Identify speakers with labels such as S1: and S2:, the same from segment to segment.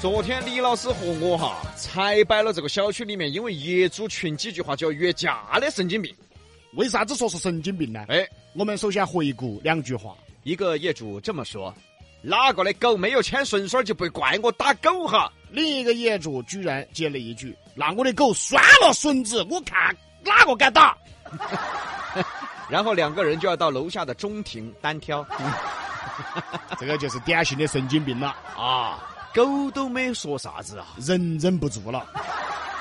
S1: 昨天李老师和我哈才摆了这个小区里面因为业主群几句话就要约架的神经病。
S2: 为啥子说是神经病呢？
S1: 哎，
S2: 我们首先回顾两句话。
S1: 一个业主这么说：“哪个的狗没有牵绳绳儿就别怪我打狗哈。
S2: 另一个业主居然接了一句：“那我的狗拴了绳子，我看哪个敢打。””
S1: 然后两个人就要到楼下的中庭单挑。
S2: 这个就是典型的神经病了，
S1: 啊，狗都没说啥子啊，
S2: 人忍不住了。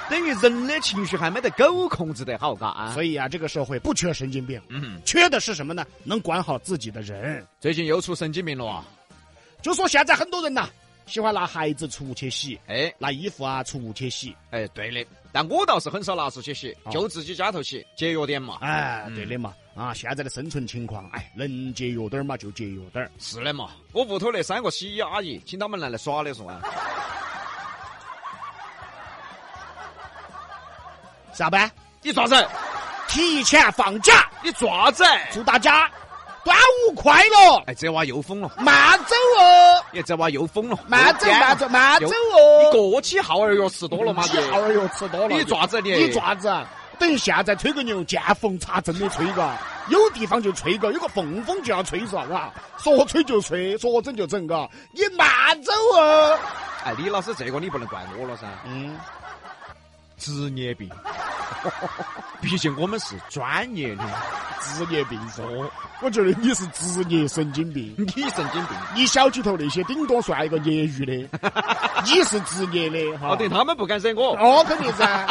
S1: 等于人的情绪还没得狗控制得好，嘎啊。
S2: 所以啊，这个社会不缺神经病，
S1: 嗯，
S2: 缺的是什么呢？能管好自己的人。
S1: 最近又出神经病了啊！
S2: 就说现在很多人呐、喜欢拿孩子出去洗，
S1: 哎
S2: 拿衣服啊出去洗。
S1: 哎，对的，但我倒是很少拿出去洗，
S2: 哦
S1: 就自己家头洗，节约点嘛。
S2: 哎，
S1: 嗯
S2: 对的嘛，啊，现在的生存情况，哎，能节约点儿嘛就节约点儿。
S1: 是的嘛，我屋头那三个洗衣阿姨，请他们来来耍的说啊。
S2: 啥班？
S1: 你爪子，
S2: 提前放假，
S1: 你爪子，
S2: 祝大家端午快乐！
S1: 哎，这娃又疯了，
S2: 慢走哦，
S1: 哎，这娃又疯了，
S2: 慢走，
S1: 又
S2: 慢走，慢走
S1: 你
S2: 哦。
S1: 过起耗儿药吃多了嘛？
S2: 你好儿又吃多了，
S1: 你爪子你
S2: 你爪子啊，等于现在吹个牛，见缝插针的吹嘎，有地方就吹嘎，有个缝缝就要吹上啊，说吹就吹，说整就整嘎，你慢走哦。
S1: 哎，李老师，这个你不能怪我了噻，
S2: 嗯，
S1: 职业病。 毕竟我们是专业的，
S2: 职业病说，我觉得你是职业神经病。
S1: 你神经病。
S2: 你小区头那些顶多算一个业余 的，你是职业的哈。
S1: 哦，对，他们不敢惹我。
S2: 哦，肯定噻。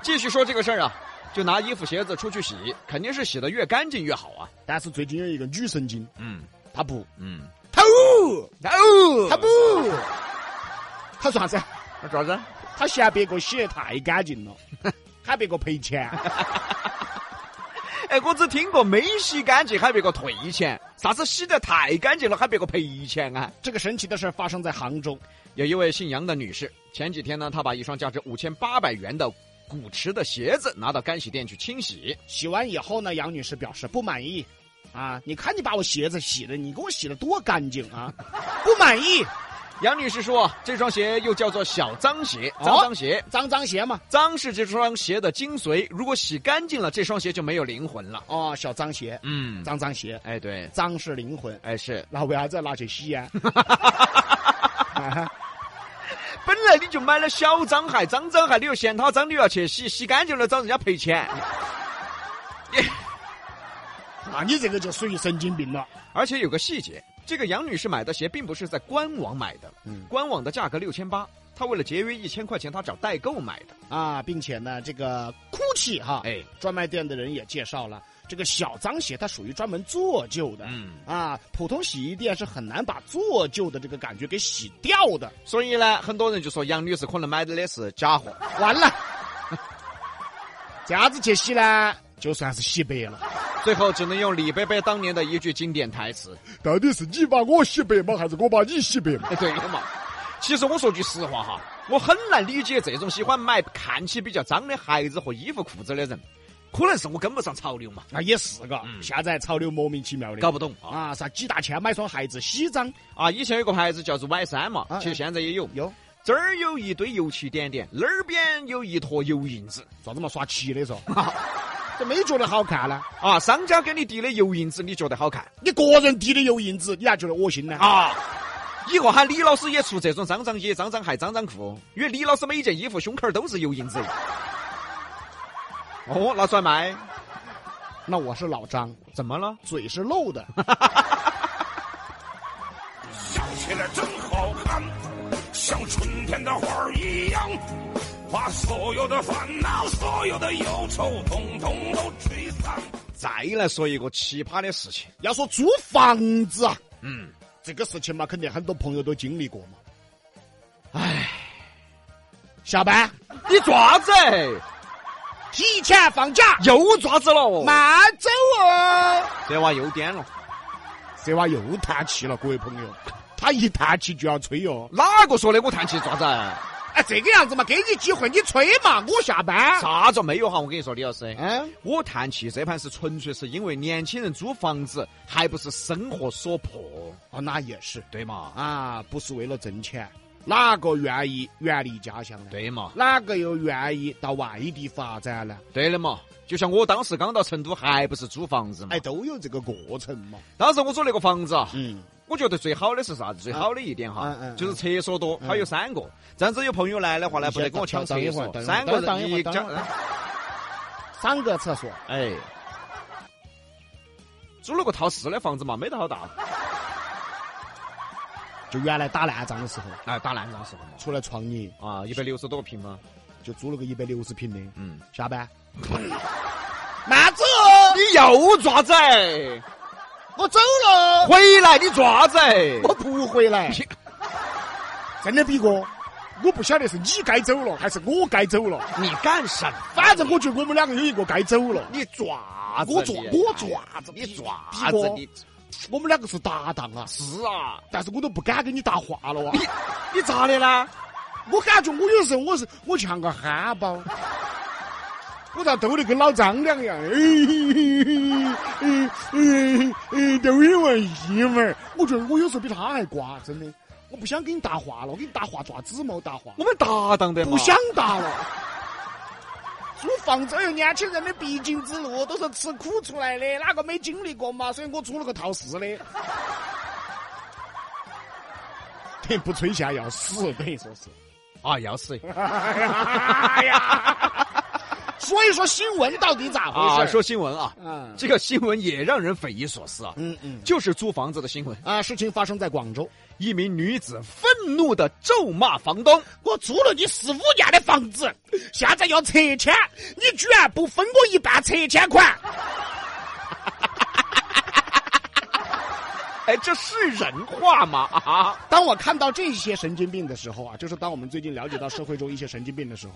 S1: 继续说这个事儿啊，就拿衣服、鞋子出去洗，肯定是洗得越干净越好啊。
S2: 但是最近有一个女神经，
S1: 嗯
S2: 她不，
S1: 嗯，
S2: 她不，
S1: 哦
S2: 她不，她说啥子？啊
S1: 那爪子，
S2: 哦她嫌别个洗得太干净了，喊别个赔钱。
S1: 哎，我只听过没洗干净喊别个退钱，啥子洗得太干净了喊别个赔钱啊？
S2: 这个神奇的事儿发生在杭州，
S1: 有一位姓杨的女士，前几天呢，她把一双价值五千八百元的古驰的鞋子拿到干洗店去清洗，
S2: 洗完以后呢，杨女士表示不满意。啊！你看你把我鞋子洗的，你给我洗的多干净啊！不满意，
S1: 杨女士说，这双鞋又叫做小脏鞋，
S2: 哦
S1: 脏脏鞋，
S2: 脏脏鞋嘛。
S1: 脏是这双鞋的精髓，如果洗干净了，这双鞋就没有灵魂了。
S2: 哦，小脏鞋，
S1: 嗯，
S2: 脏脏鞋，
S1: 哎对，
S2: 脏是灵魂。
S1: 哎是，
S2: 那为啥子要拿去洗呀、 啊？
S1: 本来你就买了小脏鞋，脏脏鞋你又嫌它脏，你又要去洗，洗干净了找人家赔钱。
S2: 那啊你这个就属于神经病了。
S1: 而且有个细节，这个杨女士买的鞋并不是在官网买的，
S2: 嗯
S1: 官网的价格六千八，她为了节约一千块钱，她找代购买的。
S2: 啊，并且呢，这个 GUCCI 哈，
S1: 哎，
S2: 专卖店的人也介绍了，这个小脏鞋它属于专门做旧的。
S1: 嗯，
S2: 啊，普通洗衣店是很难把做旧的这个感觉给洗掉的。
S1: 所以呢，很多人就说杨女士可能买的的是假货。
S2: 完了，这样子去洗呢，就算是洗白了。
S1: 最后只能用李贝贝当年的一句经典台词：“
S2: 到底是你把我洗白吗？还是我把你洗白吗？
S1: 哎， 对的嘛。”其实我说句实话哈，我很难理解这种喜欢买看起比较脏的鞋子和衣服裤子的人，可能是我跟不上潮流嘛，
S2: 啊，也是嘎，
S1: 嗯
S2: 现在潮流莫名其妙的。
S1: 搞不懂啊。
S2: 啊，啥几大千买双鞋子，洗脏
S1: 啊，以前有个牌子叫做 Y 三嘛，
S2: 啊
S1: 其实现在也有。
S2: 有
S1: 这儿有一堆油漆点点，那儿边有一坨油印子
S2: 啥子嘛刷漆的 嗦，这没觉得好看呢？
S1: 啊！商家给你滴的油印子，你觉得好看
S2: 你个人滴的油印子，你还觉得恶心呢？
S1: 啊？以后喊李老师也出这种脏脏衣、脏脏鞋、脏脏裤，因为李老师每一件衣服胸口都是油印子。哦，拿出来卖，
S2: 那我是老张，
S1: 怎么了？
S2: 嘴是漏的。
S3: 笑起来真好看，像春天的花儿一样，把所有的烦恼、所有的忧愁，统统都吹散。
S1: 再来说一个奇葩的事情。
S2: 要说租房子啊，
S1: 嗯，
S2: 这个事情嘛，肯定很多朋友都经历过嘛。
S1: 唉，
S2: 下班
S1: 你爪子
S2: 提前放假，
S1: 又爪子了？
S2: 慢走哦。
S1: 这娃又颠了，
S2: 这娃又叹气了，各位朋友，他一叹气就要吹哦。
S1: 哪个说的？我叹气爪子？
S2: 哎，这个样子嘛，给你机会，你吹嘛，我下 班。
S1: 啥子没有哈？我跟你说，李老师，
S2: 嗯，
S1: 我叹气这盘是纯粹是因为年轻人租房子还不是生活所迫，
S2: 哦，那也是。
S1: 对嘛？
S2: 啊，不是为了挣钱，哪个愿意远离家乡呢？
S1: 对嘛，
S2: 哪个又愿意到外地发展呢？
S1: 对的嘛。就像我当时刚到成都，还不是租房子嘛？
S2: 哎，都有这个过程嘛。
S1: 当时我租那个房子啊，
S2: 嗯，
S1: 我觉得最好的是啥子？最好的一点哈
S2: 嗯嗯，嗯
S1: 就是厕所多，它有三个。这样子有朋友来的话呢，不得跟我抢厕
S2: 等一会儿
S1: 所，
S2: 等一会儿
S1: 三个
S2: 等
S1: 人
S2: 一会儿
S1: 一
S2: 等一
S1: 抢
S2: 会儿。三个厕所，
S1: 哎，租了个套四的房子嘛，没得好大。
S2: 就原来打烂仗的时候，
S1: 哎，打烂仗时候嘛，
S2: 出来创业
S1: 啊，一百六十多个平方。
S2: 就租了个一百六十平的，
S1: 嗯，
S2: 下班。嗯慢走，
S1: 你又爪子？
S2: 我走了，
S1: 回来你爪子？
S2: 我不回 来。真的，比哥，我不晓得是你该走了还是我该走了，
S1: 你干什么？
S2: 反正我觉得我们两个有一个该走了。
S1: 你爪子？
S2: 我爪
S1: 你
S2: 我爪子
S1: 你爪
S2: 比
S1: 子
S2: 哥？
S1: 你
S2: 我们两个是搭档啊，
S1: 是啊？
S2: 但是我都不敢跟你搭话了哇啊
S1: 你。你咋的啦？
S2: 我感觉我有时候我是我像个憨包，我咋斗得跟老张两样？哎哎哎哎，都因为媳妇儿，我觉得我有时候比他还瓜，真的。我不想跟你搭话了，我跟你搭话爪子毛搭话，
S1: 我们搭档的嘛。
S2: 不想搭了。租房子，哎呦，年轻人的必经之路，都是吃苦出来的，哪个没经历过嘛？所以我租了个套四的。对，不吹下要死，等于说是。
S1: 啊，要死！
S2: 哎呀，所以说新闻到底咋回事？
S1: 啊，说新闻啊，
S2: 嗯
S1: 这个新闻也让人匪夷所思啊。
S2: 嗯嗯
S1: 就是租房子的新闻，
S2: 啊，事情发生在广州，
S1: 一名女子愤怒的咒骂房东，
S2: 我租了你十五年的房子，现在要拆迁，你居然不分我一半拆迁款，
S1: 哎，这是人话吗？啊，
S2: 当我看到这些神经病的时候啊，就是当我们最近了解到社会中一些神经病的时候，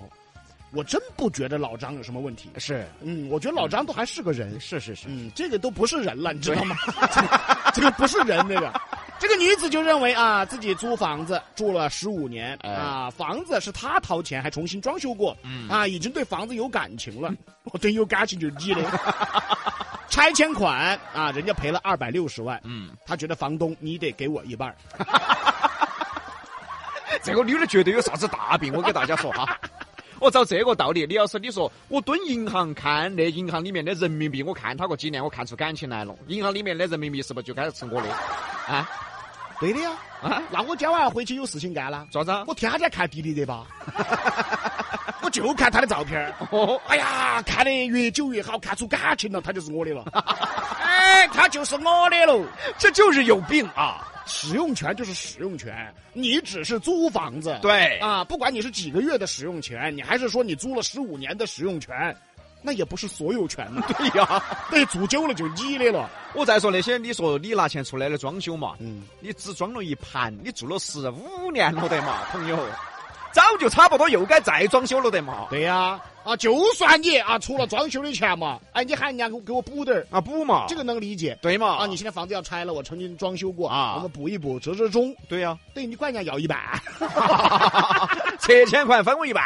S2: 我真不觉得老张有什么问题。
S1: 是
S2: 嗯，我觉得老张都还是个人。
S1: 是是是，
S2: 嗯，这个都不是人了，你知道吗？ 这个这个不是人，这个。这个女子就认为啊，自己租房子住了十五年、
S1: 哎嗯
S2: 啊，房子是她掏钱，还重新装修过，啊，已经对房子有感情了。我对有感情就是 你的。拆迁款啊，人家赔了二百六十万，
S1: 嗯，
S2: 她觉得房东你得给我一半儿。
S1: 这个女的绝对有啥子大病，我给大家说 哈。我找这个道理，你要是你说我蹲银行看那银行里面的人民币，我看他个几年，我看出感情来了，银行里面的人民币是不是就该是我的？啊
S2: 对的呀，
S1: 啊，
S2: 那我今晚回去有事情干了，
S1: 爪子啊，
S2: 我天天看迪丽 热巴，我就看她的照片儿。
S1: 哦，
S2: 哎呀，看得越久越好，看出感情了，他就是我的 了。哎，他就是我的喽。
S1: 这就是有病啊！
S2: 使用权就是使用权，你只是租房子。
S1: 对。
S2: 啊，不管你是几个月的使用权，你还是说你租了十五年的使用权，那也不是所有权嘛
S1: 对呀、
S2: 被租久了就你的了。
S1: 我再说那些，你说你拿钱出来的装修嘛，
S2: 嗯，
S1: 你只装了一盘，你住了十五年了得嘛，朋友，早就差不多又该再装修了得嘛。
S2: 对呀、啊。就算你啊，出了装修的钱嘛，哎，你喊人家给我给我补点儿，
S1: 啊补嘛，
S2: 这个能理解。
S1: 对嘛
S2: 啊，你现在房子要拆了，我曾经装修过
S1: 啊
S2: 我们补一补，折折中。
S1: 对呀、
S2: 对你管人家要一半。
S1: 拆迁款分我一半。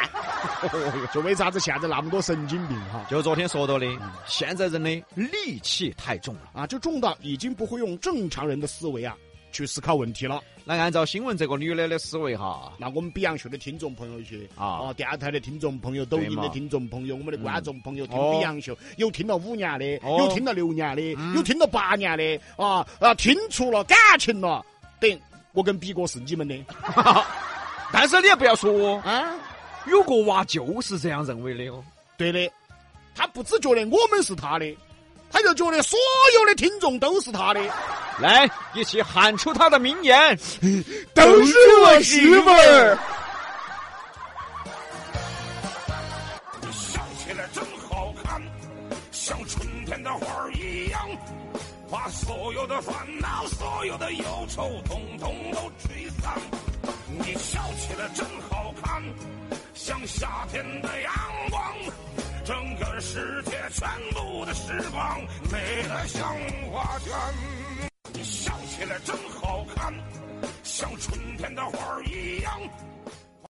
S2: 就为啥子现在那么多神经病哈？
S1: 就昨天说到的，
S2: 嗯
S1: 现在人的戾气太重了。
S2: 啊，就重到已经不会用正常人的思维啊去思考问题了。
S1: 那按照新闻这个女的的思维哈，
S2: 那我们比洋秀的听众朋友些
S1: 啊
S2: 哦，电台的听众朋友、抖音
S1: 对
S2: 的
S1: 嘛
S2: 听众朋友、我们的观众朋友听
S1: 哦
S2: 比洋秀，有听了五年的，
S1: 哦嗯
S2: 有听了六年的，有听了八年的，啊啊，听出了感情了。等我跟比哥是你们的
S1: 但是你也不要说，
S2: 啊，
S1: 有个娃就是这样认为的哦。
S2: 对的，他不只觉得我们是他的，他就觉得所有的听众都是他的，
S1: 来，一起喊出他的名言。
S2: 都是我媳妇儿。
S3: 你笑起来真好看，像春天的花儿一样，把所有的烦恼、所有的忧愁，统统都吹散。你笑起来真好看，像夏天的阳光，整个世界全部的时光美得像画卷。你笑起来真好看，像春天的花儿一样。